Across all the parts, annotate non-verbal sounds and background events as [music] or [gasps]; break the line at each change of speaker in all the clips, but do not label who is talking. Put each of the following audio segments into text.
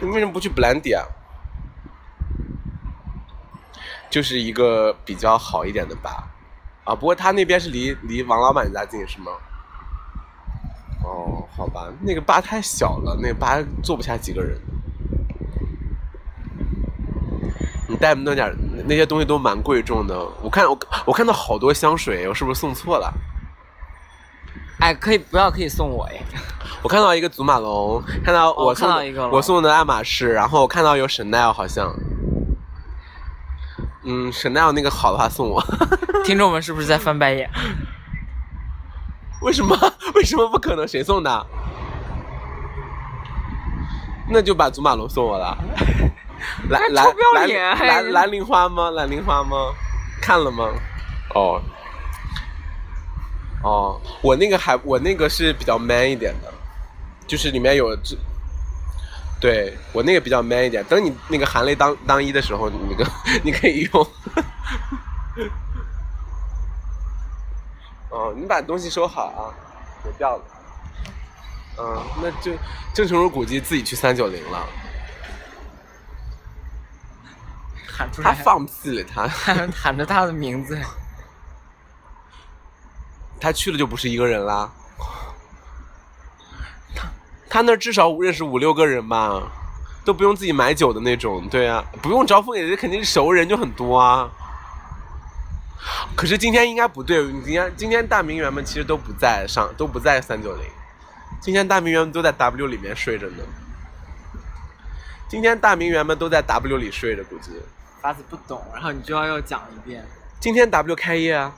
你为什么不去布兰迪啊？就是一个比较好一点的吧，啊，不过他那边是离离王老板家近是吗？哦，好吧，那个吧太小了，那个吧坐不下几个人。你带那点那些东西都蛮贵重的，我看我我看到好多香水，我是不是送错了？
哎，可以不要可以送我哎，
我看到一个祖马龙，看到
哦
我送的、
看到一个了
我送的爱马仕，然后我看到有 Chanel 好像，嗯，Chanel 那个好的话送我，
听众们是不是在翻白眼？
[laughs] 为什么为什么不可能？谁送的？那就把祖马龙送我了， [laughs] 蓝
还臭
蓝
不要
蓝
脸还
蓝蓝铃花吗？蓝铃花吗？看了吗？哦，哦，我那个还我那个是比较 man 一点的，就是里面有这，对我那个比较 man 一点。等你那个含泪当当一的时候，你那个 [laughs] 你可以用。哦，你把东西收好啊，我掉了。嗯，那就郑成儒古迹自己去三九零了，
喊出
他
来，
放屁了，他
喊喊着他的名字，
他去了就不是一个人啦。他他那儿至少认识五六个人吧，都不用自己买酒的那种。对啊，不用招风也是肯定是熟人就很多啊。可是今天应该不对，你今天今天大名媛们其实都不在上，都不在三九零。今天大名媛们都在 W 里面睡着呢。今天大名媛们都在 W 里睡着，估计。
法子不懂，然后你就要要讲一遍。
今天 W 开业啊！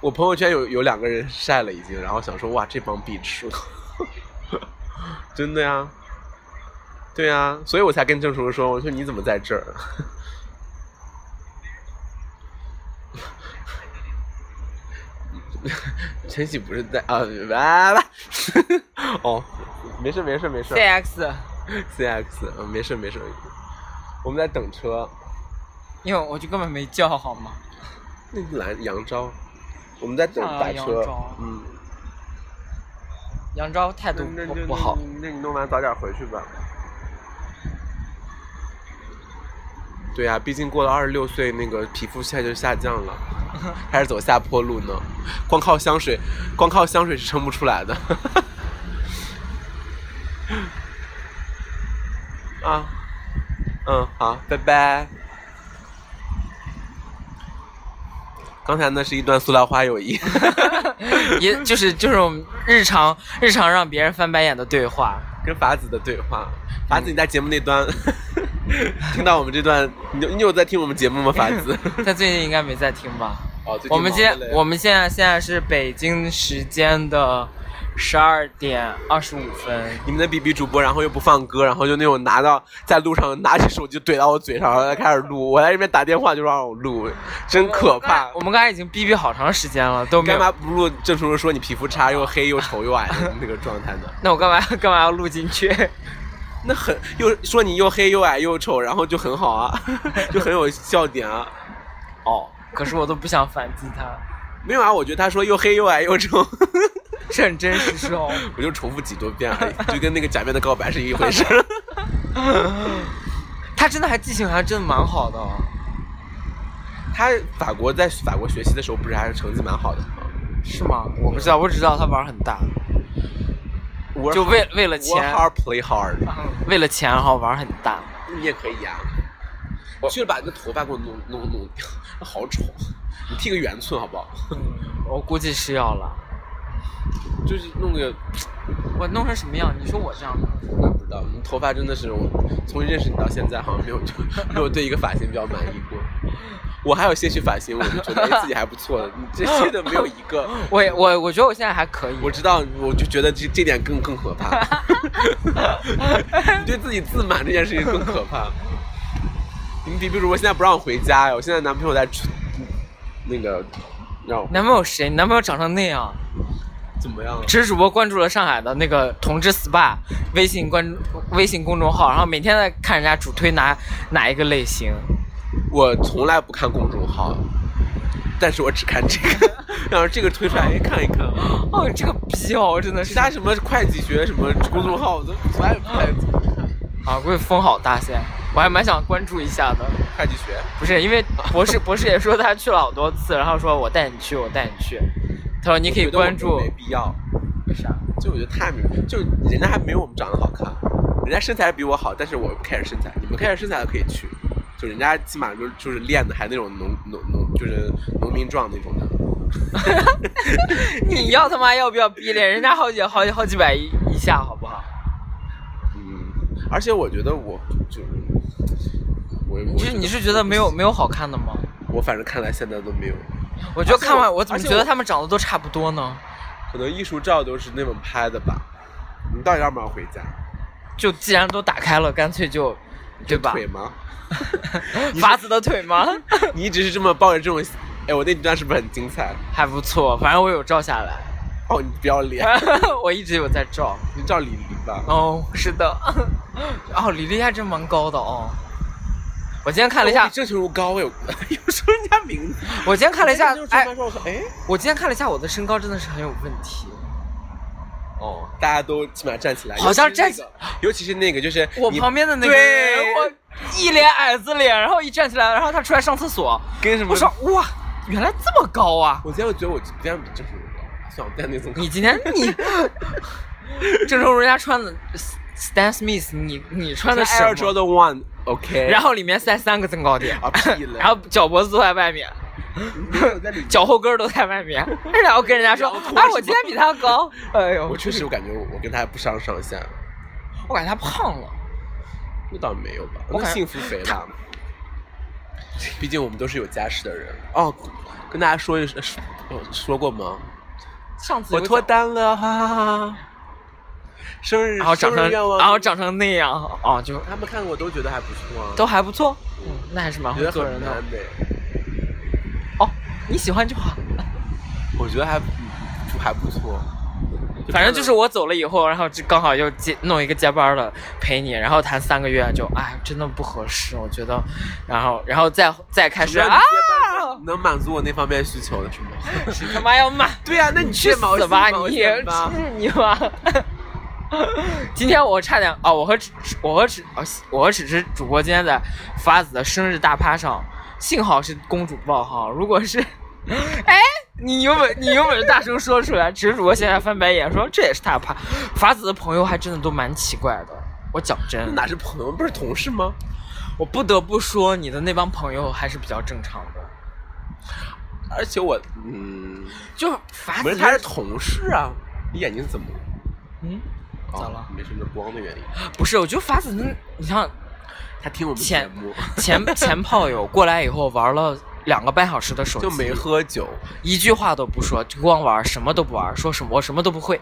我朋友圈有有两个人晒了已经，然后想说哇这帮必吃， [laughs] 真的呀，对呀，所以我才跟郑叔说，我说你怎么在这 [laughs] 儿？啊晨曦不是在啊，来来，哦，没事没事没事
CX，
，CX，嗯，没事没事，我们在等车。
因为我就根本没叫好吗？
那是蓝扬州，我们在等
啊
打
扬
车
州。
嗯，
扬州态度不不好，
那你弄完早点回去吧。对呀、毕竟过了二十六岁，那个皮肤现在就下降了，还是走下坡路呢。光靠香水，光靠香水是撑不出来的。 [laughs] 啊，嗯，好，拜拜。刚才那是一段塑料花友谊。
[laughs] 也就是就是我们日常日常让别人翻白眼的对话。
跟法子的对话。
嗯
法子，你在节目那端、听到我们这段，你有你有在听我们节目吗？法
[laughs]
子？
他最近应该没在听吧？
哦，最近
我们
忙
现
得嘞
我们现在现在是北京时间的十二点二十五分，
你们的 B B 主播，然后又不放歌，然后就那种拿到在路上拿起手机怼到我嘴上，然后开始录。我在这边打电话就让我录，真可怕
我。们刚才已经逼逼好长时间了，都没
干
有。
嘛不录？郑叔叔说你皮肤差，又黑又丑又矮
[laughs]
的那个状态呢？
那我干嘛 [laughs] 干嘛要录进去？
那很又说你又黑又矮又丑，然后就很好啊， [laughs] 就很有笑点啊。
[laughs] 哦，可是我都不想反击他，
没有啊，我觉得他说又黑又矮又丑。
这很真实 [laughs] 是哦。
我就重复几多遍而已，就跟那个假面的告白是一回事。
他真的还记性还真的蛮好的哦，
[laughs] 他法国在法国学习的时候，不是还是成绩蛮好的吗？
是吗？我不知道，我只知道他玩儿很大，就为为了
work
钱，
hard play hard，
为了钱然后玩儿很大。
你也可以呀、啊。去了把你的头发给我弄弄弄掉，那好丑。你剃个圆寸好不好？
嗯我估计是要了。
就是弄个，
我弄成什么样？你说我这样吗？
我也不知道。你头发真的是我从认识你到现在，好像没有就没有对一个发型比较满意过。我还有些许发型，我就觉得哎自己还不错的。你 [laughs] 这些的没有一个，
我也我我觉得我现在还可以。
我知道，我就觉得这这点更更可怕。你对自己自满这件事情更可怕。你们比比如我现在不让我回家呀，我现在男朋友在出那个让我
男朋友谁？男朋友长成那样。
怎么样了？
只是主播关注了上海的那个同志 SPA 微信关微信公众号，然后每天在看人家主推哪哪一个类型。
我从来不看公众号，但是我只看这个， [laughs] 然后这个推出来哎看一看，
哦，你这个逼哦，真的是
其他什么会计学什么公众号我都从来不看
啊，估计风好大现在，我还蛮想关注一下的。
会计学。
不是因为博士，博士也说他去了好多次，然后说我带你去，我带你去。他说你可以
我觉得
关
我
注
们没，必要，
为啥？
就我觉得太没，就人家还没有我们长得好看，人家身材比我好，但是我不 care 身材，你们 care 身材的可以去，就人家起码就就是练的还那种农农农就是农民壮那种的，
[laughs] 你要他妈要不要逼脸？人家好几好几好几百一一下，好不好？
嗯，而且我觉得我就是我我
就是你是觉得没有没有好看的吗？
我反正看来现在都没有，
我觉得看
而且
完
我
我怎么
而且
觉
我
得他们长得都差不多呢？
可能艺术照都是那么拍的吧，你到底要不要回家？
就既然都打开了，干脆就，对吧？ [laughs]
腿吗？ [laughs]
法子的腿吗？
你一直是这么抱着这种，哎，我那段是不是很精彩？
还不错，反正我有照下 [laughs] 来，
哦，你不要脸，
我一直有在照。
你照李黎吧。
哦，是的， [laughs] 哦，李丽还真蛮高的哦。我今天看了一
我
下
比，郑成儒高有， [laughs] 有说人家名字。
我今天看了一下
我那天就，
哎
是，说，我说哎，
我今天看了一下我的身高真的是很有问题。
哦，大家都起码站起来，
好像站起
起，尤其是那个就是
我
你
旁边的那个人，
对，
我一脸矮子脸，然后一站起来，然后他出来上厕所，
跟什么？
我说哇，原来这么高啊！
我今天我觉得我今天比郑成儒高，算了，不带那种高
你。今天你，
[laughs]
郑州人家穿的 Stan Smith，你你穿的什
Air
么？
Jordan One，OK，
然后里面塞三个增高垫
啊，屁嘞
[laughs] 然后脚脖子都在外面，
没有在里面
脚后跟儿都在外面， [laughs] 然后跟人家说
你要哭
啊
是，吗
我今天比他
[laughs]
高。哎
[laughs]
呦，
我确实，我感觉我我跟他不相上下，
我感觉他胖了。
那倒没有吧，那
我感觉
幸福肥了。毕竟我们都是有家室的人哦，跟大家说一说，呃说过吗？
上次
我
有
脱
讲
单了，哈哈哈哈！生日，
然后长
生
成，
日愿望，
然后长成那样，哦，就
他们看过都觉得还不错啊，
都还不错，嗯，那还是蛮
觉
会
得
做
很
人的
难。的。
哦，你喜欢就好，
我觉得还不还不错，
反正就是我走了以后，然后就刚好又接弄一个接班的陪你，然后谈三个月就，哎，真的不合适，我觉得，然后然后再再开始
主要你
啊，
能满足我那方面需求的是吗？
谁他妈要骂。
[laughs] 对呀、啊，那你
去
去毛
死吧你！
去吧
去你妈！ [laughs] 今天我差点啊、我和芷我和芷啊我和芷芷主播今天在法子的生日大趴上，幸好是公主抱哈，如果是， [laughs] 哎，你有本你有本事大声说出来，芷芷主播现在翻白眼说这也是大趴，法子的朋友还真的都蛮奇怪的，我讲
那
真，
哪是朋友，不是同事吗？
我不得不说你的那帮朋友还是比较正常的，
而且我，嗯，
就是法
不
子
是他是同事啊，你眼睛怎么了？
嗯，咋
哦
了？
没事，那光的原因。
不是，我觉得法子那你像。
他听我们节
前
[laughs] 目
前 [laughs] 前炮友过来以后玩了两个半小时的手机，
就没喝酒，
一句话都不说，就光玩，什么都不玩，说什么我什么都不会，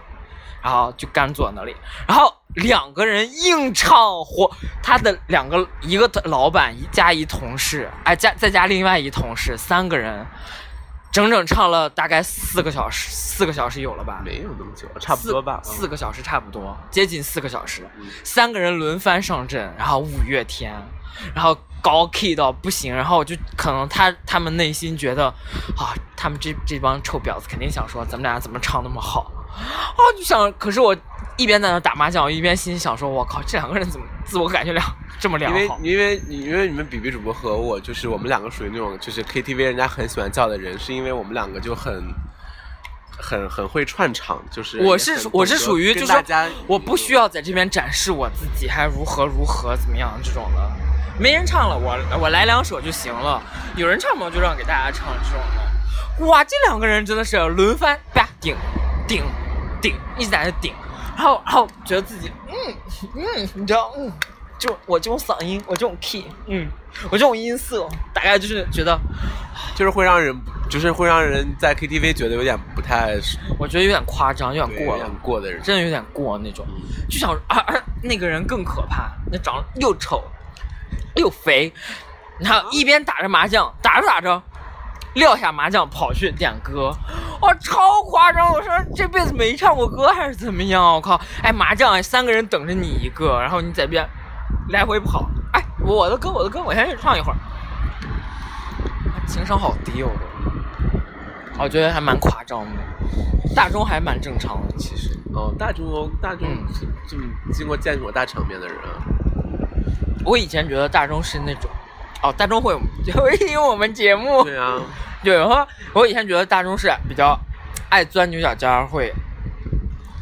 然后就干坐那里，然后两个人硬唱火，他的两个一个老板一加一同事，哎加再加另外一同事，三个人整整唱了大概四个小时，四个小时有了吧？
没有那么久，差不
四
多吧。
四
嗯
个小时差不多，接近四个小时
嗯，
三个人轮番上阵，然后五月天，然后高 key 到不行，然后我就可能他他们内心觉得，啊，他们这这帮臭婊子肯定想说咱们俩怎么唱那么好，啊，就想，可是我一边在那打麻将，我一边心里想说，我靠，这两个人怎么自我感觉良这么良
因为
好？
因为你因为你们比比主播和我，就是我们两个属于那种就是 KTV 人家很喜欢叫的人，是因为我们两个就很很很会串场，就是
我
也
是
很
我是
懂得
属于
跟
就是
大家
说我不需要在这边展示我自己还如何如何怎么样这种的，没人唱了我我来两首就行了，有人唱嘛我就让给大家唱这种的。哇，这两个人真的是轮番吧顶顶顶一直在那顶，然后然后觉得自己嗯嗯，你知道嗯，就我这种嗓音，我这种 key，嗯，我这种音色，大概就是觉得
就是会让人就是会让人在 KTV 觉得有点不太
我觉得有点夸张，有
对有
点过了
点。过的人，
真的有点过那种，就想啊啊，那个人更可怕，那长得又丑又肥，然后一边打着麻将，打着打着撂下麻将跑去点歌，哇、超夸张！我说这辈子没唱过歌还是怎么样？我靠！哎，麻将三个人等着你一个，然后你在边来回跑，哎，啊我的歌我的歌，我先去唱一会儿，情商好低哦。我觉得还蛮夸张的。大钟还蛮正常的，其实
哦，大中欧大中
嗯
是这么经过见过大场面的人啊，
[laughs] 我以前觉得大钟是那种，哦，大钟会， [laughs] 因为我们节目
对啊，
对，然后我以前觉得大钟是比较爱钻牛角尖儿，会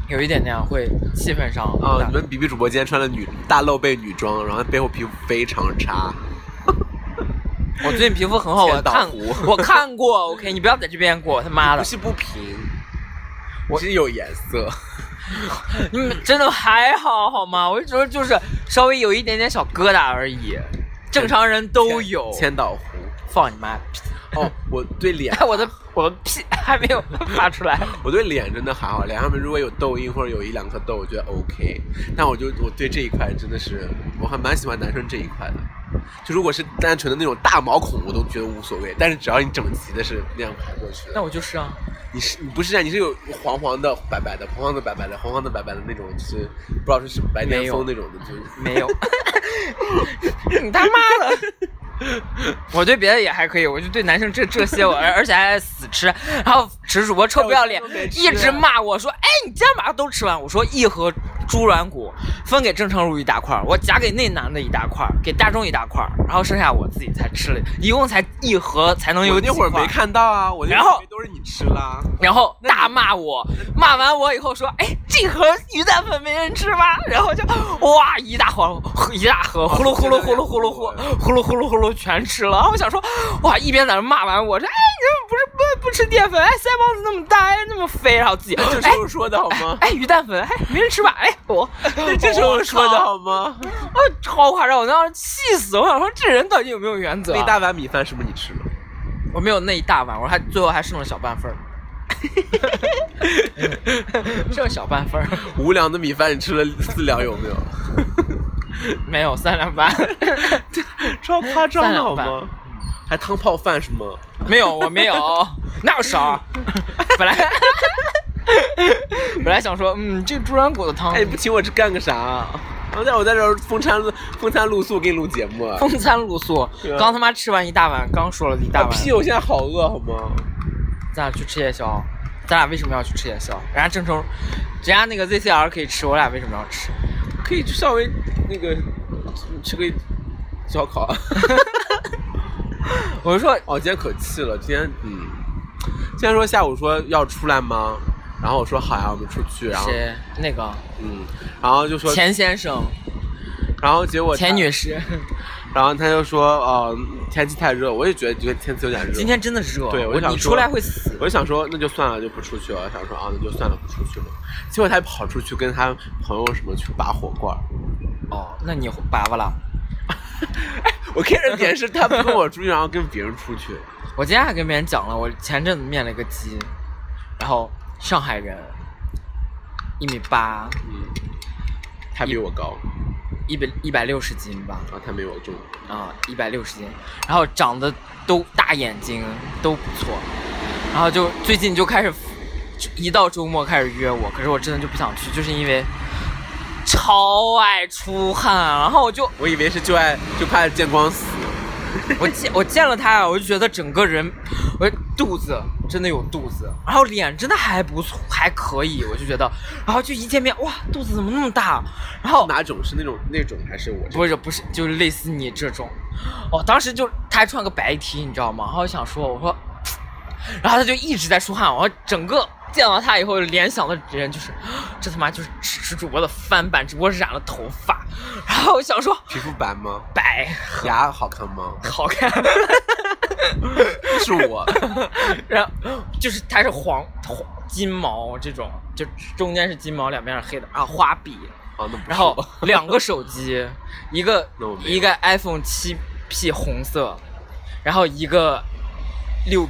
有一点那样，会气氛上
啊，你们比比主播今天穿了女大露背女装，然后背后皮肤非常差，
我最近皮肤很好，我
千岛
看
湖
[laughs] 我看过，OK，你不要在这边给我他妈
不
[laughs] 的，
是不平，我是有颜色。
你们真的还好好吗？我就觉得就是稍微有一点点小疙瘩而已，正常人都有。
千岛湖。
放你妈屁！
哦，我对脸，
[laughs] 我的我的屁还没有发出来。
我对脸真的还好，脸上面如果有痘印或者有一两颗痘，我觉得 OK。但我就我对这一块真的是，我还蛮喜欢男生这一块的。就如果是单纯的那种大毛孔，我都觉得无所谓，但是只要你整齐的是那样排过去
[laughs] 那
的，
我就是啊，
你是你不是啊？你是有黄黄的、白白的、黄黄的、白白的、黄黄的、白白的那种，就是不知道是什么白
没
癜
有
风那种的，就是
没有。你他妈的！ [laughs] 我对别的也还可以，我就对男生这这些我，而而且还死吃。然后吃主播臭不要脸
哎我真的没，吃
一直骂我说：“哎，你今天晚上都吃完。”我说：“一盒猪软骨分给郑成儒一大块儿，我夹给那男的一大块儿，给大众一大块儿，然后剩下我自己才吃了，一共才一盒才能有
我
几
那会儿
块
没看到啊，我那
然
会儿
后
以为都是你吃啦。
然后大骂我，骂完我以后说：“哎，这盒鱼蛋粉没人吃吗？”然后就哇一大盒一大盒呼噜呼噜呼噜呼噜呼呼噜呼噜呼噜全吃了。然后我想说，哇，一边在那骂完我说：“哎，你怎么不是不不吃淀粉？哎，腮帮子那么大，哎，那么肥。”然后自己
这时
哎
候说的好吗？
哎鱼蛋粉哎没人吃吧？ [laughs] 哎
[laughs]
我
这时候说的
我靠
好吗？
啊超夸张，我当时气死我，想说这人到底有没有原则啊？
那大碗米饭是不是你吃了？
我没有那一大碗，我还最后还剩了小
[laughs]
半份儿。剩小半份儿，
五两的米饭你吃了四两有没有？
没有三两半，
超夸张
三
的
两
好
半
吗？还汤泡饭是吗？
没有，我没有，哪有勺儿？本来本来想说，嗯，这猪软骨的汤
哎，，你不请我这干个啥啊？我在我在这儿风餐风餐露宿给你录节目啊，
风餐露宿
对，啊
刚他妈吃完一大碗，刚说了一大
啊
碗，
屁！我现在好饿好吗？
咱俩去吃夜宵，咱俩为什么要去吃夜宵？人家郑州，人家那个 ZCR 可以吃，我俩为什么要吃？
可以去稍微那个吃个烧
[laughs]
烤。啊
我就说，
哦，今天可气了，今天嗯，今天说下午说要出来吗？然后我说好呀，我们出去，然后
谁那个
嗯，然后就说，
钱先生、
然后结果他
钱女士，
然后他就说，呃，天气太热，我也觉得觉得天气有点啊热。
今天真的热，
对我
我
想
你
说
出来会死。
我就想说，那就算了，就不出去了。想说啊，那就算了，不出去了。结果他跑出去跟他朋友什么去拔火罐儿。
哦，那你拔不啦？
[laughs] 我 care 的点是他不跟我出去，然后跟别人出去。
我今天还跟别人讲了，我前阵子面了一个鸡，然后上海人，一米八，
嗯，他比我高，
一百一百六十斤吧，
然后他没我重。
啊，一百六十斤，然后长得都大眼睛，都不错，然后就最近就开始，就一到周末开始约我，可是我真的就不想去，就是因为超爱出汗，然后我就
我以为是就爱就怕见光死。
我见我见了他，我就觉得整个人，我肚子真的有肚子，然后脸真的还不错，还可以，我就觉得，然后就一见面，哇，肚子怎么那么大？然后
哪种是那种那种还是我这种？
不是不是，就是类似你这种，哦，当时就他还穿个白 T，你知道吗？然后我想说，我说，然后他就一直在出汗，我整个见到他以后联想的人就是，这他妈就是只吃主播的翻版，只不过染了头发，然后我想说
皮肤白 [laughs] 吗？
白
牙好看吗？
好看。
是 [laughs] 我，
然后就是它是黄黄金毛这种，就中间是金毛，两边是黑的啊，花臂，
啊，那不是
然后
我
两个手机，一个
那我没有
一个 iPhone 七 P 红色，然后一个六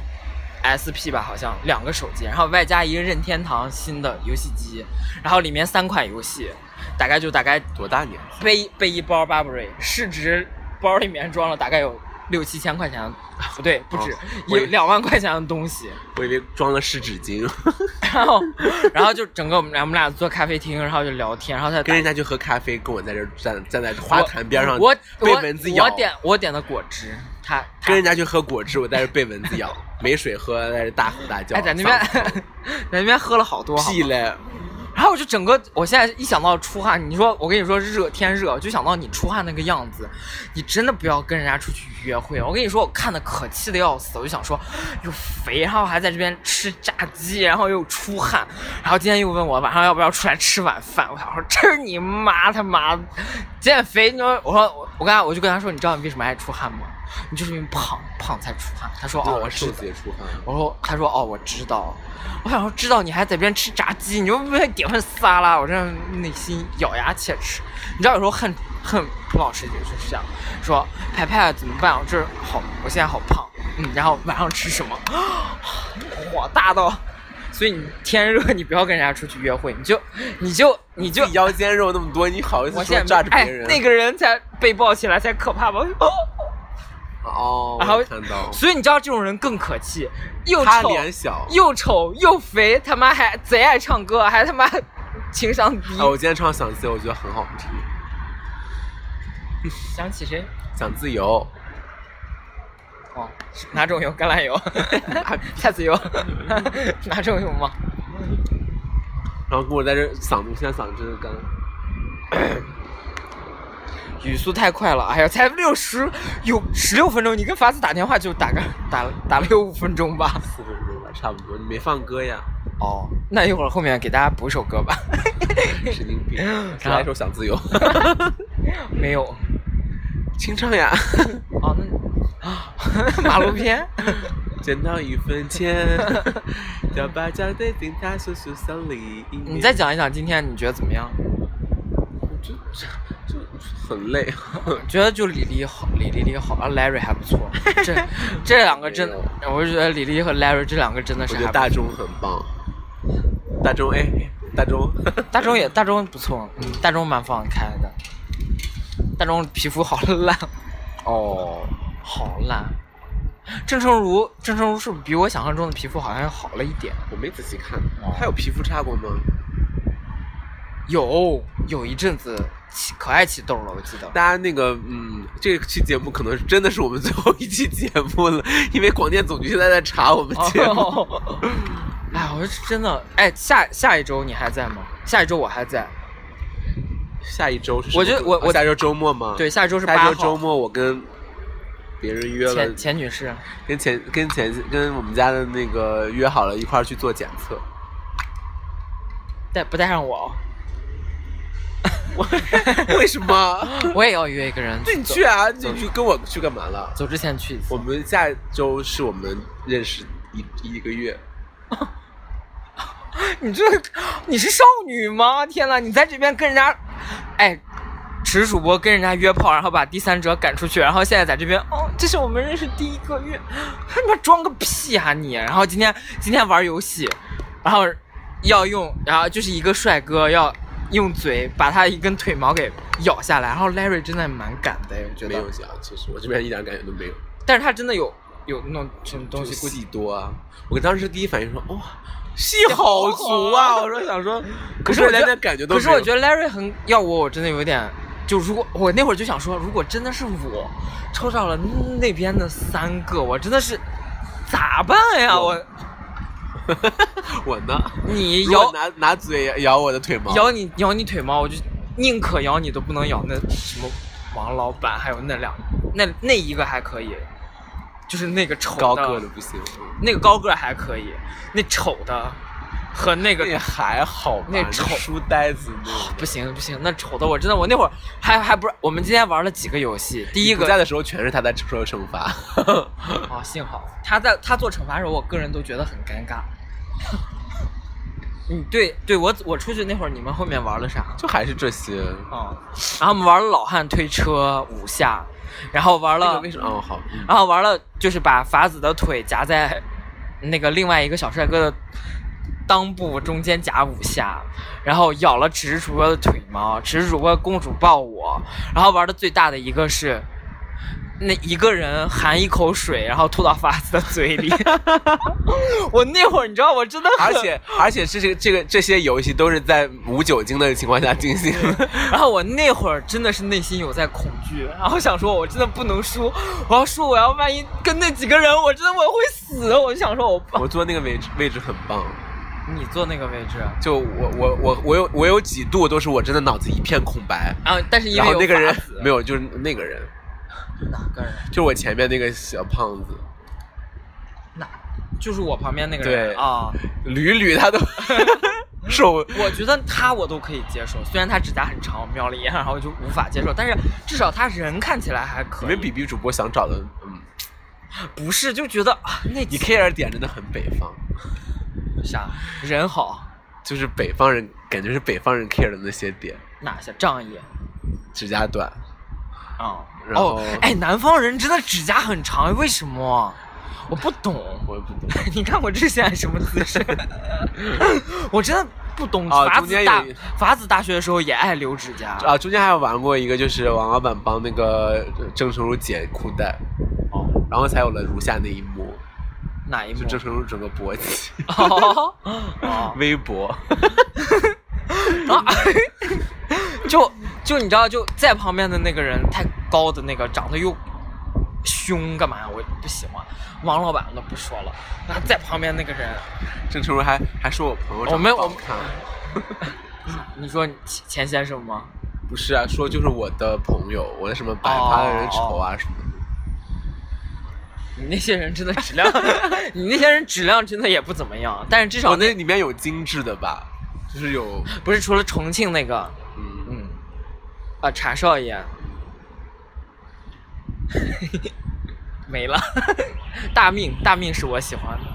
SP 吧，好像两个手机，然后外加一个任天堂新的游戏机，然后里面三款游戏，大概就大概
多大年纪？
背背一包 Burberry，市值包里面装了大概有六七千块钱的，不对，不止
哦，我以
也
为
两万块钱的东西。
我以为装了湿纸巾，
然后， [laughs] 然后就整个我们俩我们俩坐咖啡厅，然后就聊天，然后他
跟人家去喝咖啡，跟我在这儿站站在花坛边上
我
被
我
蚊子咬，
我点我点的果汁，他他
跟人家去喝果汁，我在这被蚊子咬，没水喝，在这大吼大叫。
哎在那边 [laughs] 在那边喝了好多，好
屁
吗
嘞！
然后我就整个，我现在一想到出汗，你说我跟你说热天热，我就想到你出汗那个样子，你真的不要跟人家出去约会。我跟你说，我看的可气的要死，我就想说又肥，然后还在这边吃炸鸡，然后又出汗，然后今天又问我晚上要不要出来吃晚饭，我想说吃你妈他妈的减肥！你说我说我我跟他我就跟他说，你知道你为什么爱出汗吗？你就是因为胖胖才出汗。他说
对
哦，我
我
知
瘦
道
子。也出汗。
我说，他说哦，我知道。我想说，知道你还在这边吃炸鸡，你就不会点份沙拉？我真的内心咬牙切齿。你知道有时候恨恨蒲老师就是这样说，排排怎么办？我这好，我现在好胖，嗯，然后晚上吃什么？火大到，所以你天热你不要跟人家出去约会，你就你就你就
自己腰间肉那么多，你好意
我
思说
现
炸
在没
着
哎
别人？
那个人才被抱起来才可怕吧？ [gasps] 哦
哦，
然后
我看到
所以你知道这种人更可气，又
他
丑
脸小。
又丑又肥，他妈还贼爱唱歌，还他妈情商低。
啊，我今天唱《想自由》，我觉得很好听。
想起谁？
想自由，
哦，是哪种油？橄榄 [laughs] 油、菜 [laughs] 籽油，哪种油吗？
然后跟我在这嗓子，我现在嗓子真的干。
语速太快了，哎呀，才六十有十六分钟，你跟法子打电话就打个打打了有五分钟吧。
四分钟吧，差不多。你没放歌呀？
哦，那一会儿后面给大家补一首歌吧。 [laughs]
神经病！来一首《想自由》，
[laughs]
[laughs]
没有，
清唱呀。
哦，那 [laughs] 嗯马路边。
捡到一分钱， [laughs] 叫爸叫对警察叔叔送礼。
你再讲一讲今天你觉得怎么样？
就就就很
[laughs]
累。
觉得就李黎好，李李黎好，啊，Larry 还不错。这这两个真的，我就觉得李黎和 Larry 这两个真的
我
是
觉得
还不错
大众很棒，大众哎，大众
大众也大众不错，嗯，大众蛮放得开的。大众皮肤好烂，
哦，
好烂。郑成儒，郑成儒是不是比我想象中的皮肤好像好了一点？
[laughs] 我没仔细看
哦，
他有皮肤差过吗？
有有一阵子起可爱起痘了，我记得。
大家那个，嗯，这期节目可能真的是我们最后一期节目了， [laughs] 因为广电总局现在在查我们节目。
哦哎，我是真的，哎，下下一周你还在吗？下一周我还在。
下一周是什么
我觉得我
啊
我
下周周末吗？
对，，下一周是八
下
号。
周周末我跟别人约了
钱，钱女士，
跟前跟前跟我们家的那个约好了一块儿去做检测。 [laughs]
带不带上我哦？
为什么？
[laughs] [laughs] 我也要约一个人。
那你去啊，你去跟我去干嘛了？
走之前去一次
我。们下周是我们认识一一个月，
[laughs] 你这，你是少女吗？天呐，你在这边跟人家，哎，池主播跟人家约炮，然后把第三者赶出去，然后现在在这边，哦，这是我们认识第一个月，还他妈装个屁啊你！然后今天今天玩游戏，然后要用，然后就是一个帅哥要用嘴把他一根腿毛给咬下来，然后 Larry 真的蛮敢的，我觉
没
得
有，想，其实我这边一点感觉都没有。
但是他真的有有弄什么东西，估
就
计。
戏多啊！我当时第一反应说，哇、戏好足啊！我说想说，
可是
我
我觉
连
得
那感觉都
可是我觉
得
得 Larry 很要我，我真的有点，就如果我那会儿就想说，如果真的是我抽到了那边的三个，我真的是咋办呀？
我
我
我呢，
你
如
咬
果拿拿嘴咬我的腿毛，
咬你咬你腿毛，我就宁可咬你都不能咬那什么王老板，还有那两那那一个还可以，就是那个丑
高
的
个的不行，嗯
那个高个还可以，那丑的和那
那
个
也还好吧，
那丑
书呆子那种
哦不行不行，那丑的我真的我那会儿还还不是我们今天玩了几个游戏，第一
你不
个
在的时候全是他在受惩罚， [laughs]
哦，幸好他在他做惩罚的时候，我个人都觉得很尴尬。 [laughs] 嗯，对对，我我出去那会儿，你们后面玩了啥？
就还是这些。
哦，然后我们玩了老汉推车五下，然后玩
那
了
个为什么？哦，好，嗯
然后玩了，就是把法子的腿夹在那个另外一个小帅哥的裆部中间夹五下，然后咬了只是主播的腿毛，只是主播公主抱我，然后玩的最大的一个是那一个人含一口水，然后吐到法子的嘴里。 [laughs] 我那会儿你知道，我真的很
而且而且这些这个这些游戏都是在无酒精的情况下进行。
然后我那会儿真的是内心有在恐惧，然后想说，我真的不能输，我要输，我要万一跟那几个人，我真的我会死。我就想说我，
[laughs] 我坐那个位置位置很棒，
你坐那个位置
就我我我我有我有几度都是我真的脑子一片空白，
啊，但是因
然
为
后那个人没
有
有就是那个人，
法子哪个 [laughs] 人
就是我前面那个小胖子，
哪，就是我旁边那个人
对
啊。
屡屡他都 [laughs] 手
我觉得他我都可以接受，虽然他指甲很长，我瞄了一眼，然后我就无法接受，但是至少他人看起来还
你
可以。
们比比主播想找的，嗯，
不是就觉得啊，那
你
几
care 点真的很北方，
啥人好
就是北方人感觉是北方人 care 的那些点，
哪些仗义
指甲短，
啊？
然后
哦，哎，南方人真的指甲很长，为什么？我不懂。
我也不懂。
[laughs] 你看我这现在什么姿势？我真的不懂。
哦
法
中
子
间
大
有一
法子大学的时候也爱留指甲。
啊，中间还有玩过一个，就是王老板帮那个呃郑成儒解裤带，
哦，
然后才有了如下那一幕，
哪一幕
就？郑成儒整个勃起，
哦哦，
[laughs] 微博，
啊， [laughs] 就就你知道，就在旁边的那个人太高的那个，长得又凶，干嘛呀？我不喜欢。王老板我都不说了，然后在旁边那个人，
郑成儒还还说我朋友
我
长
哦
得
没有
不好
我
看，
你说你钱钱先生吗？
不是啊，说就是我的朋友，我的什么白发的人丑
哦
啊什么的。
你那些人真的质量， [laughs] 你那些人质量真的也不怎么样，但是至
我
少
那里面有精致的吧，就是有，
不是除了重庆那个，
嗯，
嗯，啊，查少爷 [laughs] 没了， [laughs] 大命大命是我喜欢的。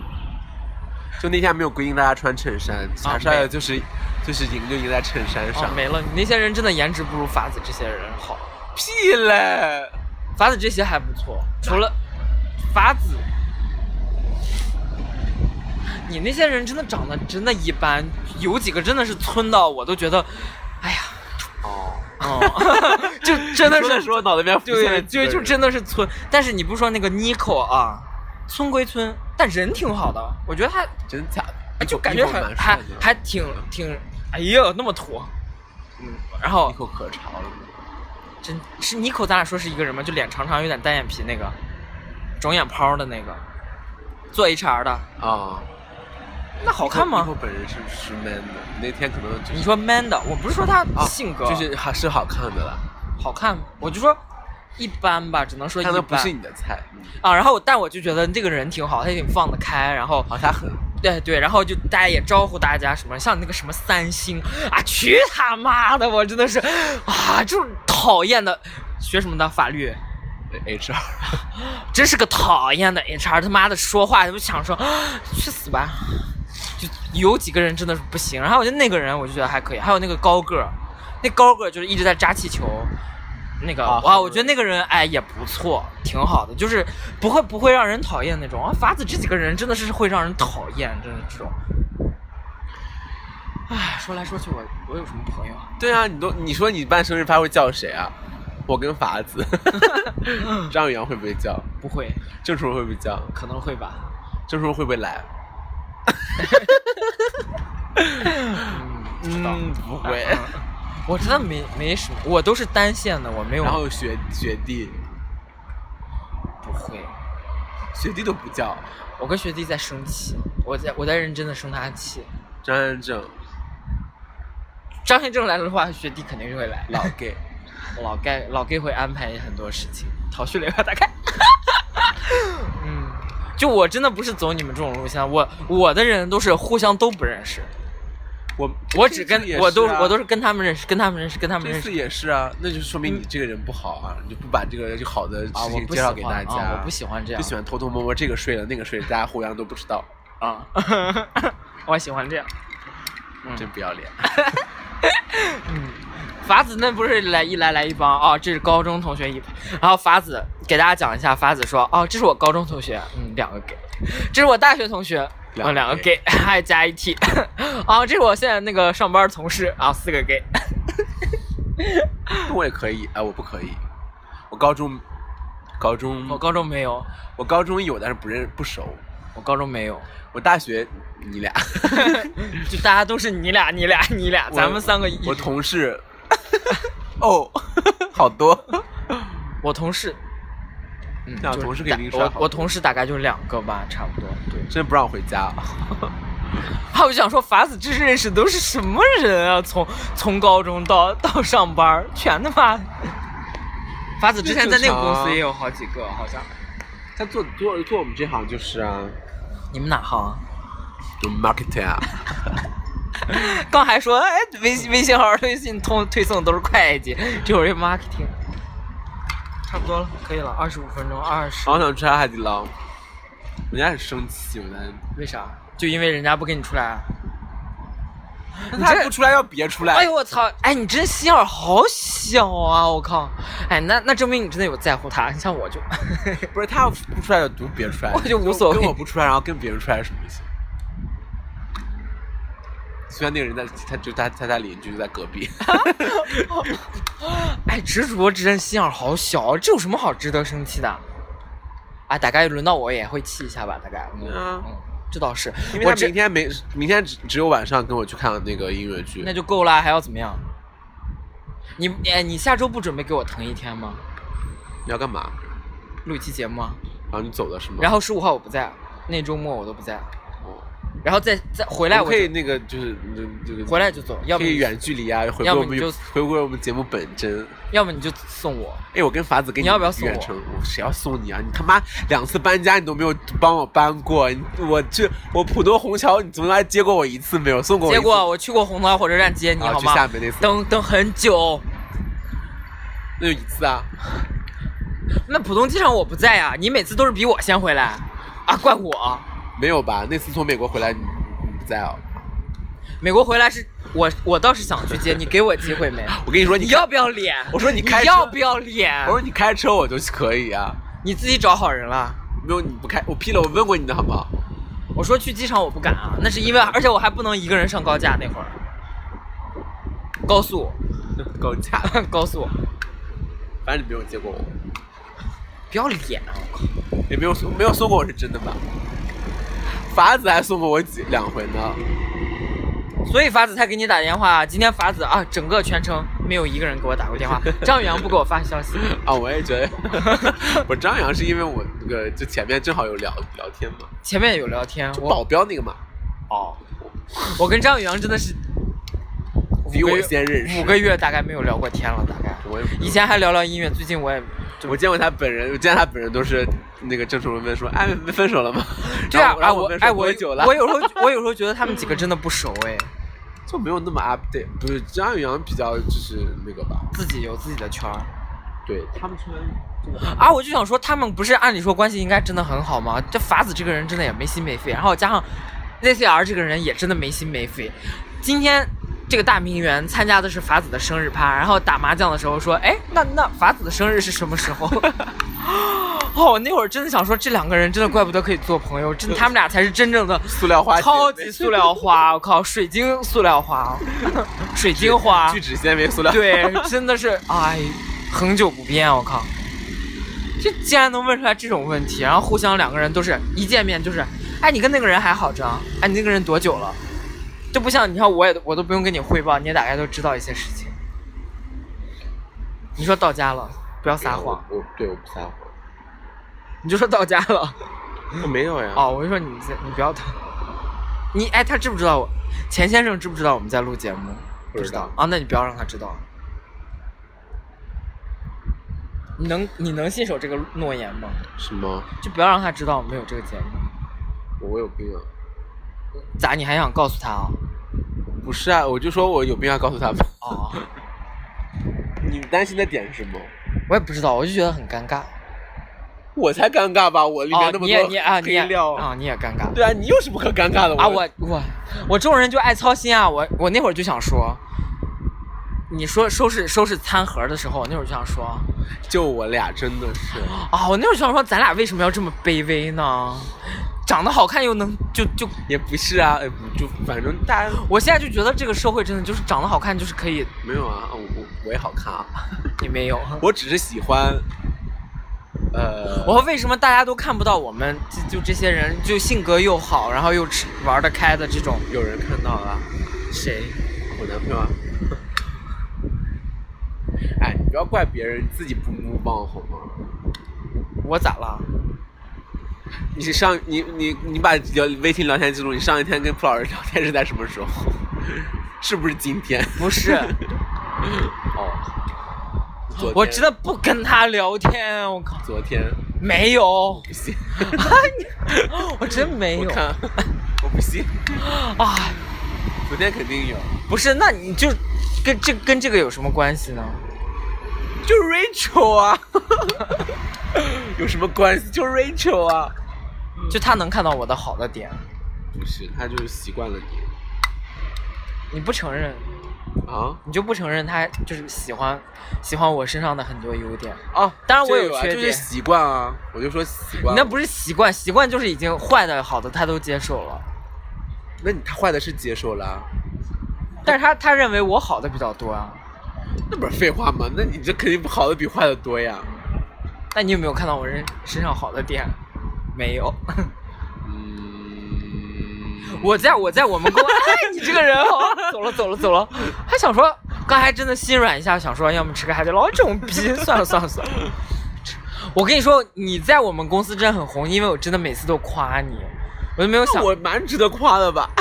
就那天还没有规定大家穿衬衫，
啊
查出来
没
的就是就是赢就赢在衬衫
哦
上，，
没了！你那些人真的颜值不如法子这些人好，
屁嘞，
法子这些还不错，除了法子，你那些人真的长得真的一般，有几个真的是村到我都觉得，哎呀，
哦，
哦， [laughs] 就真的
你说
是
的说脑袋里面浮现了
对
几个
对，就
人
真的是村。但是你不说那个 Nico 啊，村归村，但人挺好的，我觉得他
真假的，
哎就
一口
感
一
觉
口
还
蛮帅
还
的嗯
还挺挺，哎呀，那么土，嗯，然后
一口可潮了。
真是妮蔻，咱俩说是一个人吗？就脸长长，有点单眼皮那个，肿眼泡的那个，做 HR 的，
啊，
那好看
一
吗
口？本人是是 man 的，那天可能就是
你说 man 的，我不是说他
啊
性格、
就是还是好看的啦，
好看吗，我就说一般吧，只能说一
但
般
那不是你的菜。嗯
啊。然后我，但我就觉得这个人挺好，他也挺放得开，然后
好，他很
对哎对，然后就大家也招呼大家什么，像那个什么三星啊，去他妈的，我真的是啊，就是讨厌的，学什么的法律。 [laughs]
HR，
真是个讨厌的 HR，他妈的说话就想说、啊 [gasps] 去死吧，就有几个人真的是不行。然后我觉得那个人我就觉得还可以，还有那个高个儿，那高个儿就是一直在扎气球，那个
啊
哇，
好
我觉得那个人哎也不错，挺好的，就是不会不会让人讨厌那种。啊，法子这几个人真的是会让人讨厌，真的这种。唉，说来说去我我有什么朋友啊？
对啊，你都你说你办生日派会叫谁啊？我跟法
[laughs]
子，张宇阳会不会叫？
不会，
郑叔会不会叫？
可能会吧。
郑叔会不会来？
嗯，不啊知道。
嗯，不会。
我真的没没什么，我都是单线的，我没有。
然后学学弟，
不会，
学弟都不叫，
我跟学弟在生气，我在我在认真的生他气。
张安正
张宪正来了的话，学弟肯定就会来。
老 [laughs] gay，
老盖老盖会安排很多事情，逃去雷吧，
[laughs]
大概。嗯，就我真的不是走你们这种路线，我我的人都是互相都不认识，
我
我只跟、
这次也
我都
是啊
我都是跟他们认识，跟他们认识，跟他们
这
认识
次。也是啊，那就说明你这个人不好啊，你就不把这个好的
嗯啊，
事
我
情
不
介
喜
绍
欢
给大家，
啊，我不喜欢这样。
就喜欢偷偷摸摸这个睡了那个睡了，大家互相都不知道，
啊， [laughs] 我喜欢这样。嗯
真不要脸。
法子那不是来一来来一帮哦，这是高中同学一排，然后法子给大家讲一下，法子说哦，这是我高中同学，嗯，两个 gay，这是我大学同学，
两个
嗯，两个
gay
gay，还加一 t，哦，这是我现在那个上班同事啊，四个 [laughs] gay，
啊我也可以，哎，我不可以，我高中高中
我高中没有，
我高中有，但是不认不熟。
我高中没有，
我大学你
[laughs]
俩，
就大家都是你俩，你俩，你俩，咱们三个一。
我同事哦， [laughs] 好多。
我同事，嗯，
那
就是
同事给
大
你刷
我
好
我同事大概就两个吧，差不多。对，
真不让回家。啊
怕我就想说，法子这认识都是什么人啊？从从高中到到上班儿，全他妈。法子之前在那个公司也有好几个，好像。
他做做做我们这行就是啊，
你们哪行啊？ [laughs]
就 market 啊，
刚还说，哎，微信微信号、微信通推送都是会计，这会儿又 marketing。差不多了，可以了，二十五分钟，二十。
好想吃海底捞。人家很生气，我在。
为啥？就因为人家不跟你出来啊、
那他不出来要别出来。
哎呦我操！哎，你真心眼儿好小啊！我靠！哎，那那证明你真的有在乎他。你像我就，
不是他要不出来就独别出来，
我就无所谓
跟我不出来，然后跟别人出来是什么意思？虽然那个人在，他就他他他邻居就在隔壁，
哎，直主播真心眼儿好小，啊这有什么好值得生气的？啊，大概轮到我也会气一下吧，大概。嗯，
对啊
嗯这倒是。
因为
我
他
这
明天没，明天只只有晚上跟我去看那个音乐剧
那。就够了，还要怎么样？你哎，你下周不准备给我腾一天吗？
你要干嘛？
录一期节目啊？
然后你走了是吗？
然
后
后十五号我不在，那周末我都不在，然后再再回来
我
我
可以
就
那个就是嗯这个
回来就走，要
可
么
以
你
远距离啊，回归
要么
我们
你就
回归我们节目本真。
要么你就送我。
哎，我跟法子给
你要不要送我
远程？我谁要送你啊？你他妈两次搬家你都没有帮我搬过，你我去我浦东虹桥，你从来接过我一次没有？送过我一
结
次
果我去过虹桥火车站接你、
啊
好
去
吗？
厦门那次
等等很久，
那就一次啊，
那浦东机场我不在呀、你每次都是比我先回来，啊，怪我。
没有吧？那次从美国回来你你不在哦。
美国回来是我，我倒是想去接你，给我机会没？
我 [laughs] 跟你说你
你
开
[laughs] 要不要脸？
我说你开车
要不要脸
我？说你开车我就可以啊，
你自己找好人了。
没有你不开我批了，我问过你的好不好？
我说去机场我不敢啊，那是因为而且我还不能一个人上高架那会儿，高速
[laughs]
[laughs]
狗架，
高速，
反正你没有接过我，
不要脸啊！我靠
也没有送没有送过我是真的吧？法子还送过我几两回呢，
所以法子才给你打电话，今天法子啊，整个全程没有一个人给我打
[laughs]
过电话，张宇阳不给我发消息，
啊，我也觉得，我张扬是因为我那个就前面正好有聊聊天嘛，
前面有聊天，我
保镖那个嘛，
哦，我跟张宇阳真的是
比
五个
我
月
先认识
五个月大概没有聊过天了，大概
我也不
以前还聊聊音乐，最近我也
我见过他本人，我见他本人都是那个郑楚文问说，哎，没分手了 [laughs] 吗？
这样，
然
哎
后啊我
我
问说
哎
多
我
久了？
我有时候我有时候觉得他们几个真的不熟哎，
就没有那么 update，不是张宇阳比较就是那个吧，
自己有自己的圈儿。
对他们村这个
啊，我就想说，他们不是按理说关系应该真的很好吗？这法子这个人真的也没心没肺，然后加上 ZCR 这个人也真的没心没肺。今天这个大名媛参加的是法子的生日趴，然后打麻将的时候说，哎，那那法子的生日是什么时候？ [laughs] 哦，我那会儿真的想说，这两个人真的怪不得可以做朋友，真他们俩才是真正的
[laughs] 塑料花姐妹，
超级塑料花，我靠，水晶塑料花，啊 [laughs] 水晶花，
聚酯纤维塑料，
对，真的是哎，恒久不变，我靠！这竟然能问出来这种问题，然后互相两个人都是一见面就是，哎，你跟那个人还好着啊？哎，你那个人多久了？就不像你看，我也我都不用跟你汇报，你也大概都知道一些事情。你说到家了，不要撒谎，
我，我对我不撒谎，
你就说到家了。
我没有呀，
哦，我就说你这你不要他，你哎，他知不知道我？钱先生知不知道我们在录节目？
不知道
啊，那你不要让他知道。你能你能信守这个诺言吗？
什么？
就不要让他知道我们有这个节目。
我有病啊？
咋？你还想告诉他啊？
不是啊，我就说我有病要告诉他们。
哦，
你担心的点是什么？
我也不知道，我就觉得很尴尬。
我才尴尬吧，我里面
哦
那，么
你也你
多
啊你也
黑料，
啊你也尴尬。
对啊，你有什么可尴尬的？
啊，我我我这种人就爱操心啊！我我那会儿就想说，你说收拾收拾餐盒的时候，我那会儿就想说，
就我俩真的是，
啊，我那会儿想说，咱俩为什么要这么卑微呢？长得好看又能就就，
也不是啊，哎不就反正大家
我现在就觉得这个社会真的就是长得好看就是可以，
[laughs] 没有啊，我我我也好看啊，
也没有。
我只是喜欢呃，
我为什么大家都看不到我们就就这些人就性格又好，然后又吃玩得开的这种
有人看到了，
谁？
我男朋友啊。 [laughs] 哎，你不要怪别人，自己不不忘好吗？
我咋了？
你是上你你你把聊微信聊天记录，你上一天跟蒲老师聊天是在什么时候？ [laughs] 是不是今天？
不
[laughs]
是，
哦，昨天
我真的不跟他聊天，我靠，
昨天
没有， [laughs]
不信，
我真没
我
有
看 [laughs] 我不信， [laughs]
啊！
昨天肯定有，
不是，那你就跟这跟这个有什么关系呢？
[laughs] 就 Rachel 啊，有什么关系？就 Rachel 啊，
[laughs] 就他能看到我的好的点，
不是，他就是习惯了你
你不承认，
啊
你就不承认他就是喜欢喜欢我身上的很多优点。
哦，
当然我
这
有
啊
缺
就是
点
习惯啊，我就说习惯
你
了，
那不是习惯，习惯就是已经坏的、好的他都接受了，
那你他坏的是接受了啊、
但是他他认为我好的比较多啊。
那不是废话吗？那你这肯定好的比坏的多呀。
那你有没有看到我人身上好的点？没有。
嗯，
我在我在我们公， [laughs] 哎，你这个人哦，走了走了走了，还想说，刚才真的心软一下，想说要么吃个海底捞，这种逼，算了算了算了。我跟你说，你在我们公司真的很红，因为我真的每次都夸你，我就没有想，
我蛮值得夸的吧？ [laughs]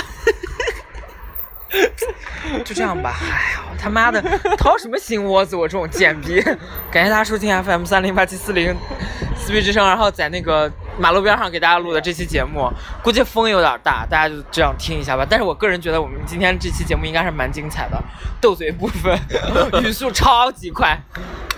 [laughs] 就这样吧。哎呀，我他妈的掏什么心窝子，我这种贱逼！ [laughs] 感谢大家收听 FM 三零八七四零四 B 之声，然后在那个马路边上给大家录的这期节目，估计风有点大，大家就这样听一下吧。但是我个人觉得我们今天这期节目应该是蛮精彩的，斗嘴部分 [laughs] 语速超级快，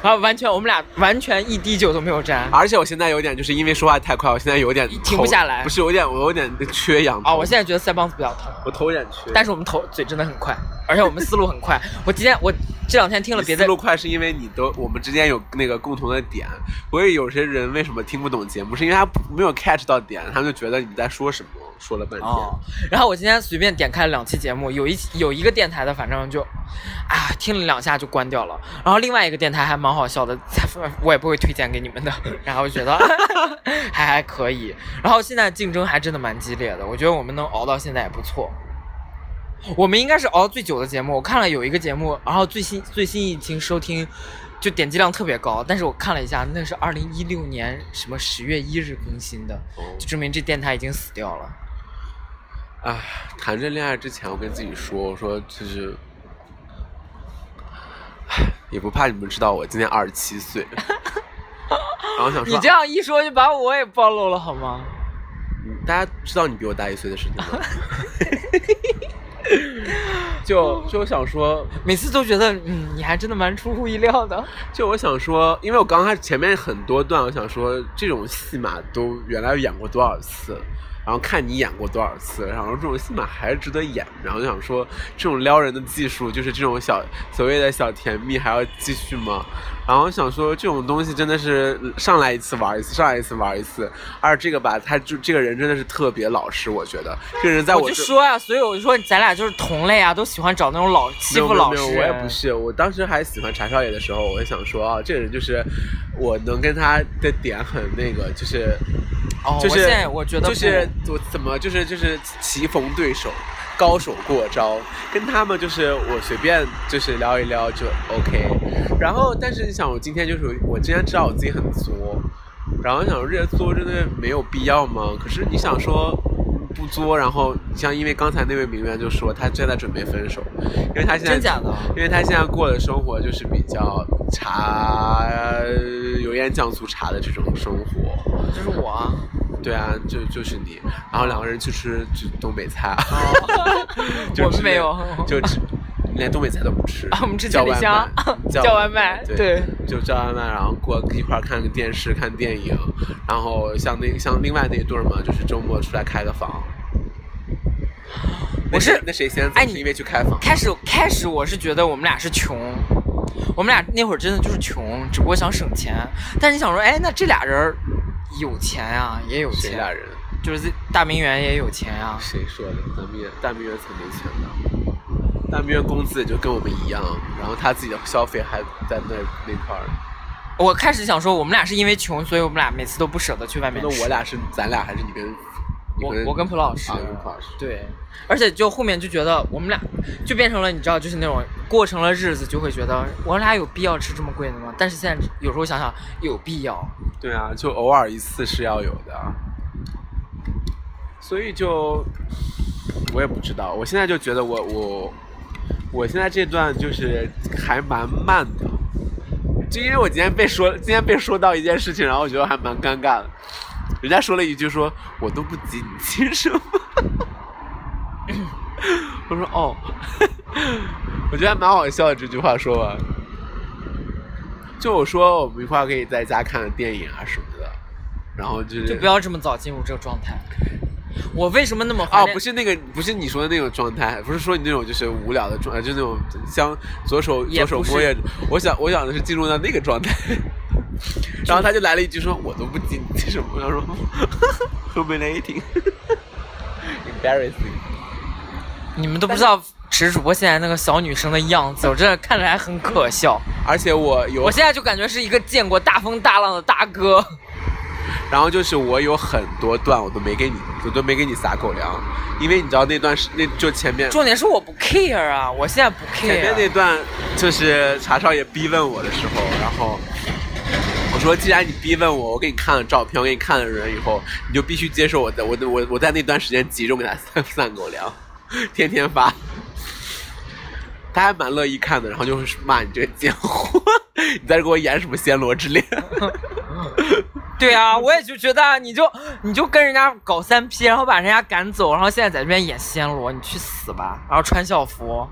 然后完全我们俩完全一滴酒都没有沾。
而且我现在有点，就是因为说话太快，我现在有点
停不下来
头不是有点，我有点缺氧
啊、我现在觉得腮帮子比较疼。
我头有点缺。
但是我们头嘴真的很快，而且我们思路很快。我今天我这两天听了别
你
的
思路快是因为你都我们之间有那个共同的点，所以有些人为什么听不懂节目，是因为他没有 catch 到点，他们就觉得你在说什么，说了半天。
哦，然后我今天随便点开了两期节目，有一期有一个电台的，反正就，啊，听了两下就关掉了。然后另外一个电台还蛮好笑的， [laughs] 我也不会推荐给你们的。然后我觉得还还可以。然后现在竞争还真的蛮激烈的，我觉得我们能熬到现在也不错。我们应该是熬最久的节目。我看了有一个节目，然后最新最新一期收听就点击量特别高，但是我看了一下，那是二零一六年什么十月一日更新的，
哦
就证明这电台已经死掉了。
哎，谈这恋爱之前，我跟自己说，我说就是，唉也不怕你们知道我今年二十七岁，然后想说
[laughs] 你这样一说就把我也暴露了好吗？
嗯大家知道你比我大一岁的事情吗？ [laughs] 就就我想说，
每次都觉得嗯，你还真的蛮出乎意料的。
就我想说，因为我刚开始前面很多段，我想说这种戏码都原来演过多少次，然后看你演过多少次，然后这种戏码还是值得演，然后就想说这种撩人的技术，就是这种小所谓的小甜蜜还要继续吗？然后想说这种东西真的是上来一次玩一次，上来一次玩一次，而这个吧，他就这个人真的是特别老实，我觉得这个人在
我
这
就说呀、所以我就说咱俩就是同类啊，都喜欢找那种老欺负老哎
没有
实
没有，我也
人。
不是。我当时还喜欢查少爷的时候，我就想说啊，这个人就是我能跟他的点很那个，就是
哦，
就是
我现在我觉得
就是我怎么就是就是棋逢对手，高手过招，跟他们就是我随便就是聊一聊就 OK。然后但是你想，我今天就是我之前知道我自己很作，然后想说这些作真的没有必要吗？可是你想说。不作，然后你像因为刚才那位名媛就说她正在准备分手，因为她现在
真假的啊
因为她现在过的生活就是比较茶呃油盐酱醋茶的这种生活，
不就是我啊。 [laughs]
对啊，就就是你，然后两个人去吃就东北菜，
[laughs]
就
哦我们
吃
没有
就吃，连东北菜都不吃
啊我们吃
叫
千里
外
香 [laughs]
卖
叫
外
外卖
对
对，
就叫外卖，然后过一块儿看个电视、看电影，然后像那像另外那一对儿嘛，就是周末出来开个房。那
我是
谁那谁先走
哎
是
你
因为去开房，
开始开始我是觉得我们俩是穷，我们俩那会儿真的就是穷，只不过想省钱。但是你想说，哎，那这俩人儿有钱呀、也有
谁
钱，
俩人？
就是这大名媛也有钱啊呀、
谁说的？咱们也大明月才没钱呢，大明月工资也就跟我们一样，然后他自己的消费还在那那块儿。
我开始想说，我们俩是因为穷，所以我们俩每次都不舍得去外面
那
吃。
我俩是咱俩还是你跟？你
我我跟蒲老师
啊，跟蒲老师。
对，而且就后面就觉得我们俩就变成了，你知道，就是那种过成了日子，就会觉得我俩有必要吃这么贵的吗？但是现在有时候想想有必要，
对啊，就偶尔一次是要有的，啊所以就我也不知道，我现在就觉得我我我现在这段就是还蛮慢的，就因为我今天被说今天被说到一件事情，然后我觉得还蛮尴尬的，人家说了一句说我都不急，你急什么？ [coughs] 我说哦， [laughs] 我觉得还蛮好笑的这句话说完。就我说我们一块儿可以在家看电影啊什么的，然后就是
就不要这么早进入这个状态。我为什么那么怀
哦，
念
不是那个，不是你说的那种状态，不是说你那种就是无聊的状态，呃就那种像左手
也
左
不是
手摸着，我想我想的是进入到那个状态， [laughs] 然后他就来了一句说：“我都不进这什么？”我说：“humiliating，embarrassing。
你们都不知道池主播现在那个小女生的样子，我真的看着还很可笑。”
而且我有
我现在就感觉是一个见过大风大浪的大哥。
然后就是我有很多段我都没给你，我都没给你撒狗粮，因为你知道那段是那就前面
重点是我不 care 啊，我现在不
前面
care
那。段就是查少爷逼问我的时候，然后我说，既然你逼问我，我给你看了照片，我给你看了人以后，你就必须接受我的，我的我我在那段时间集中给他 [laughs] 散散狗粮，天天发。他还蛮乐意看的，然后就会骂你这个贱货， [laughs] 你在这给我演什么暹罗之恋？ [laughs]
对啊，我也就觉得你就你就跟人家搞三 P，然后把人家赶走，然后现在在这边演暹罗，你去死吧！然后穿校服，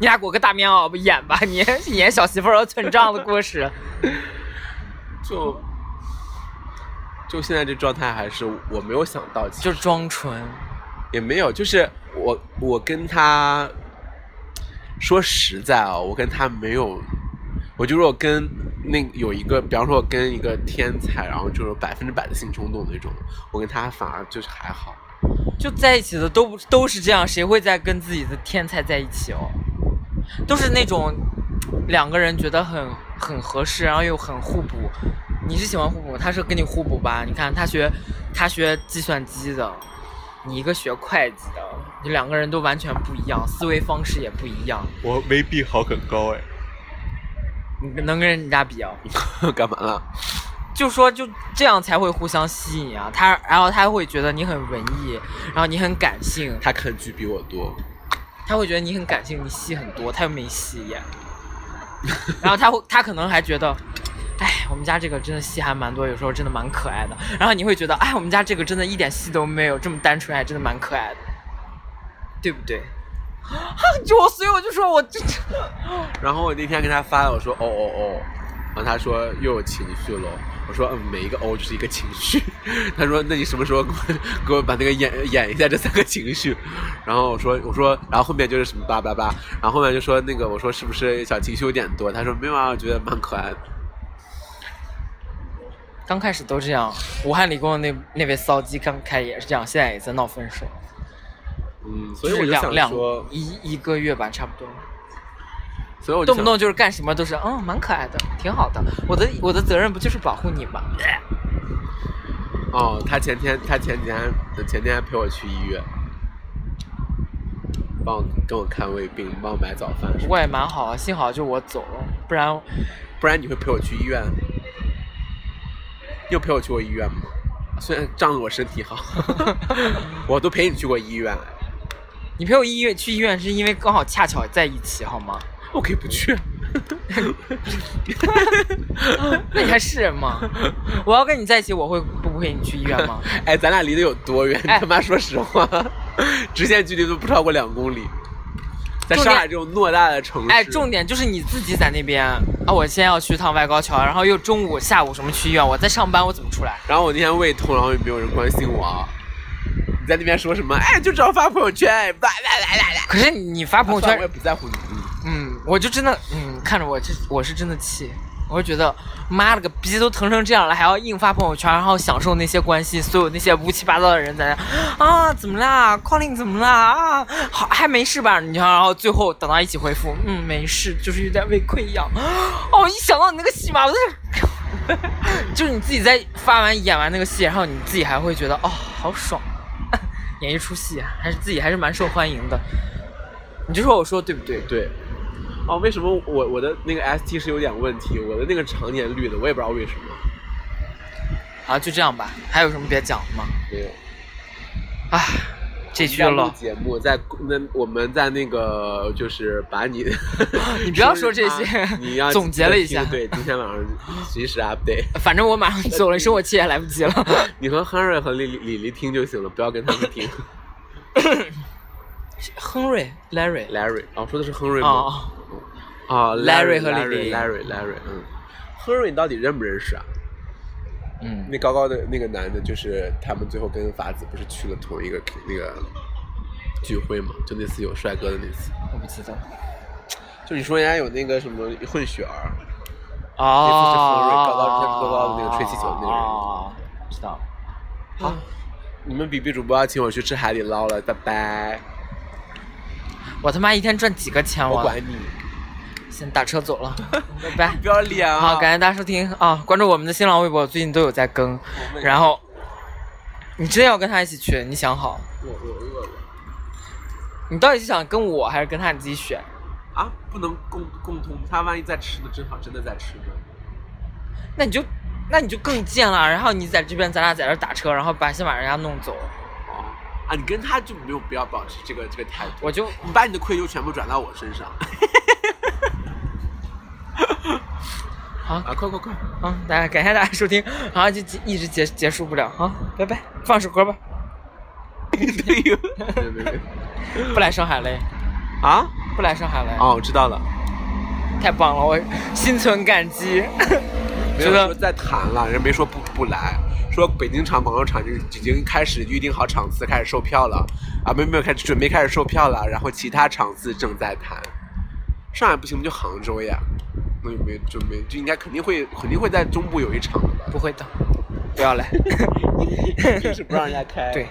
你俩裹个大棉袄不演吧？你你演小媳妇儿和村长的故事，
就就现在这状态，还是我没有想到，其实
[laughs] 就是装纯。
也没有，就是我我跟他说实在啊、我跟他没有，我就是我跟那有一个，比方说我跟一个天才，然后就是百分之百的性冲动那种，我跟他反而就是还好，
就在一起的都不都是这样，谁会再跟自己的天才在一起哦？都是那种两个人觉得很很合适，然后又很互补。你是喜欢互补，他是跟你互补吧？你看他学他学计算机的，你一个学会计的，你两个人都完全不一样，思维方式也不一样，
我未必好很高
你能跟人家比啊？
哎， [laughs] 干嘛了？
就说就这样才会互相吸引啊。他然后他会觉得你很文艺，然后你很感性，
他看剧比我多，
他会觉得你很感性，你戏很多，他又没戏演， [laughs] 然后他会他可能还觉得，哎，我们家这个真的戏还蛮多，有时候真的蛮可爱的。然后你会觉得，哎，我们家这个真的一点戏都没有，这么单纯，还真的蛮可爱的，对不对？啊，就我所以我就说我这 [laughs]
然后我那天跟他发了，我说哦哦哦，然后他说又有情绪了。我说嗯，每一个哦就是一个情绪。 [laughs] 他说那你什么时候给我给我把那个演演一下这三个情绪？然后我说我说，然后后面就是什么叭叭叭，然后后面就说那个我说是不是小情绪有点多？他说没有啊，我觉得蛮可爱的。
刚开始都这样。武汉理工的那那位骚鸡刚开始也是这样，现在也在闹分手，
嗯，所
就
以
是
我就
两
想
两
说，
一一个月吧，差不多。
所以我就
动不
想
动就是干什么都是嗯，蛮可爱的，挺好的。我的我的责任不就是保护你吗？
哦，他前天他前天前天还陪我去医院，帮我跟我看胃病，帮我买早饭什么的
不。过也蛮好啊，幸好就我走了，不然
不然你会陪我去医院？你有陪我去过医院吗？虽然仗着我身体好， [laughs] 我都陪你去过医院，
你陪我医院去医院是因为刚好恰巧在一起好吗？ [laughs]
我可以不去。 [laughs]
那你还是人吗？ [laughs] 我要跟你在一起，我会不陪你去医院
[laughs]
吗？
哎，咱俩离得有多远？你
哎
他妈说实话，直线距离都不超过两公里。在
重
上
点
海这种偌大的城市，
哎，重点就是你自己在那边啊！我先要去趟外高桥，然后又中午、下午什么去医院，我在上班，我怎么出来？
然后我那天胃痛，然后也没有人关心我啊。你在那边说什么？哎，就知道发朋友圈，哇哇哇哇哇！
可是你发朋友
算了我
圈
也，不在乎你。嗯
嗯，我就真的，嗯，看着我这，我是真的气，我就觉得，妈了个逼，都疼成这样了，还要硬发朋友圈，然后享受那些关系，所有那些乌七八糟的人在那，啊，怎么啦？Colin 怎么啦？啊，好，还没事吧？你看，然后最后等到一起回复，嗯，没事，就是有点胃溃疡。哦，一想到你那个戏码，我就是， [laughs] 就是你自己在发完演完那个戏，然后你自己还会觉得哦，好爽， [laughs] 演一出戏还是自己还是蛮受欢迎的。你就说我说对不对？
对。哦，为什么我我的那个 ST 是有点问题？我的那个常年绿的，我也不知道为什么。
啊，就这样吧，还有什么别讲的吗？
没有。
唉，这句
在录
了。
节目在那我们在那个就是把你，
[laughs]
啊
你不要说这些
你要
总结了一下
对，今天晚上随时 update。 [laughs]
反正我马上走了，生我气也来不及了。
你和 Henry 和李李李黎听就行了，不要跟他们听。
亨瑞、Larry，
Larry，哦，说的是 Henry 吗？
哦，
啊
Larry
，Larry
和李黎
Larry，Larry，Larry，嗯，Henry 你到底认不认识啊？
嗯，
那高高的那个男的，就是他们最后跟法子不是去了同一个那个聚会嘛？就那次有帅哥的那次，
我不记得。
就你说人家有那个什么混血儿，
哦，
那次是亨瑞高高之前高高的那个吹气球的那个人
哦，知道了。
好，你们比比主播要请我去吃海底捞了，拜拜！
我他妈一天赚几个钱？
我
我
管你，
先打车
[laughs]
走了，拜拜。
不要脸啊！
好，感谢大家收听啊！关注我们的新浪微博，最近都有在更。
我问
然后，你真要跟他一起去，你想好，
我我饿了
你到底是想跟我还是跟他，你自己选。
啊！不能共共通，他万一在吃呢，正好真的在吃呢。
那你就，那你就更贱了。然后你在这边，咱俩在这儿打车，然后把先把人家弄走，
哦，啊，你跟他就没有必要保持这个这个态度。
我就
你把你的愧疚全部转到我身上。
好
啊，快快快！
啊，大家感谢大家收听，然后就结一直结结束不了啊，拜拜，放首歌吧，
[laughs] 对有，对对 [laughs] 对。
嗯不来上海嘞，
啊？
不来上海嘞，
哦，我知道了。
太棒了，我心存感激，
没
觉
有说
得
在谈了，人没说不不来，说北京场、广州场已经已经开始预定好场次，开始售票了啊，没有没有开始准备开始售票了，然后其他场次正在谈。上海不行，我们就杭州呀，那就没就没就应该肯定会肯定会在中部有一场的吧？
[laughs] 不会的，不要
[laughs]
来，
就是不让人家开。
对。。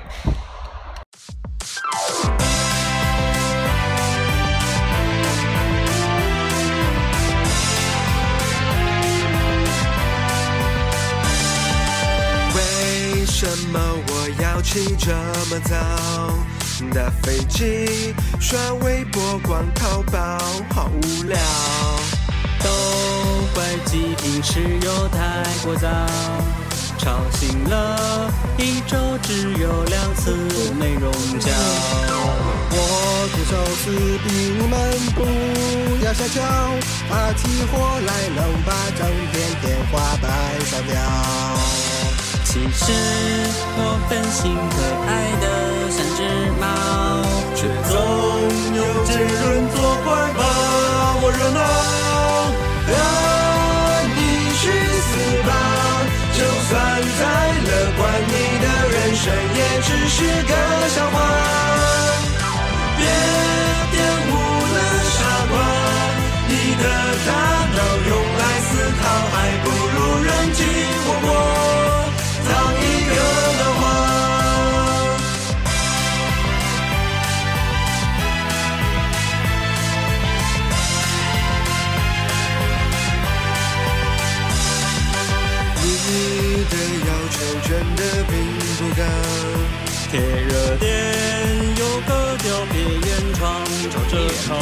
为什么我要起这么早的飞机？刷微博、逛淘宝，好无聊。
都怪记忆石油太过早，吵醒了一周只有两次没融觉。
我徒手撕逼，你们不要撒娇，发起火来能把整片天花板烧掉。
其实我本性可爱的像只猫，却
总有几人作怪把我惹恼。让你去死吧，就算再乐观，你的人生也只是个笑话。别玷污了傻瓜，你的大脑用来思考，还不如人机活泼，当一个浪花。你的要求真的并不高。
贴热点有个丢别人床吵着吵，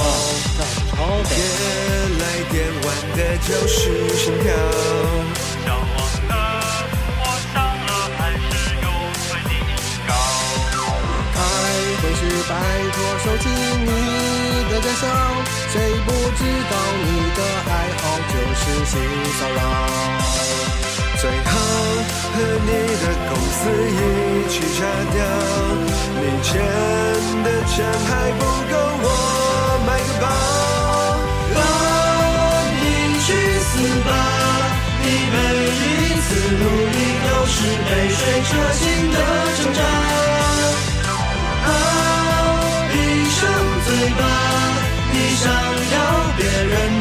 吵
别
得
来电玩的就是心跳。
向往的，我上了还是有对你高。
开会时拜托收起你的介绍，谁不知道你的爱好就是性骚扰。最好和你的公司一起拆掉，你欠的钱还不够我买个包。让你去死吧！你每一次努力都是杯水车薪的挣扎。啊，闭上嘴巴，你想要别人的啊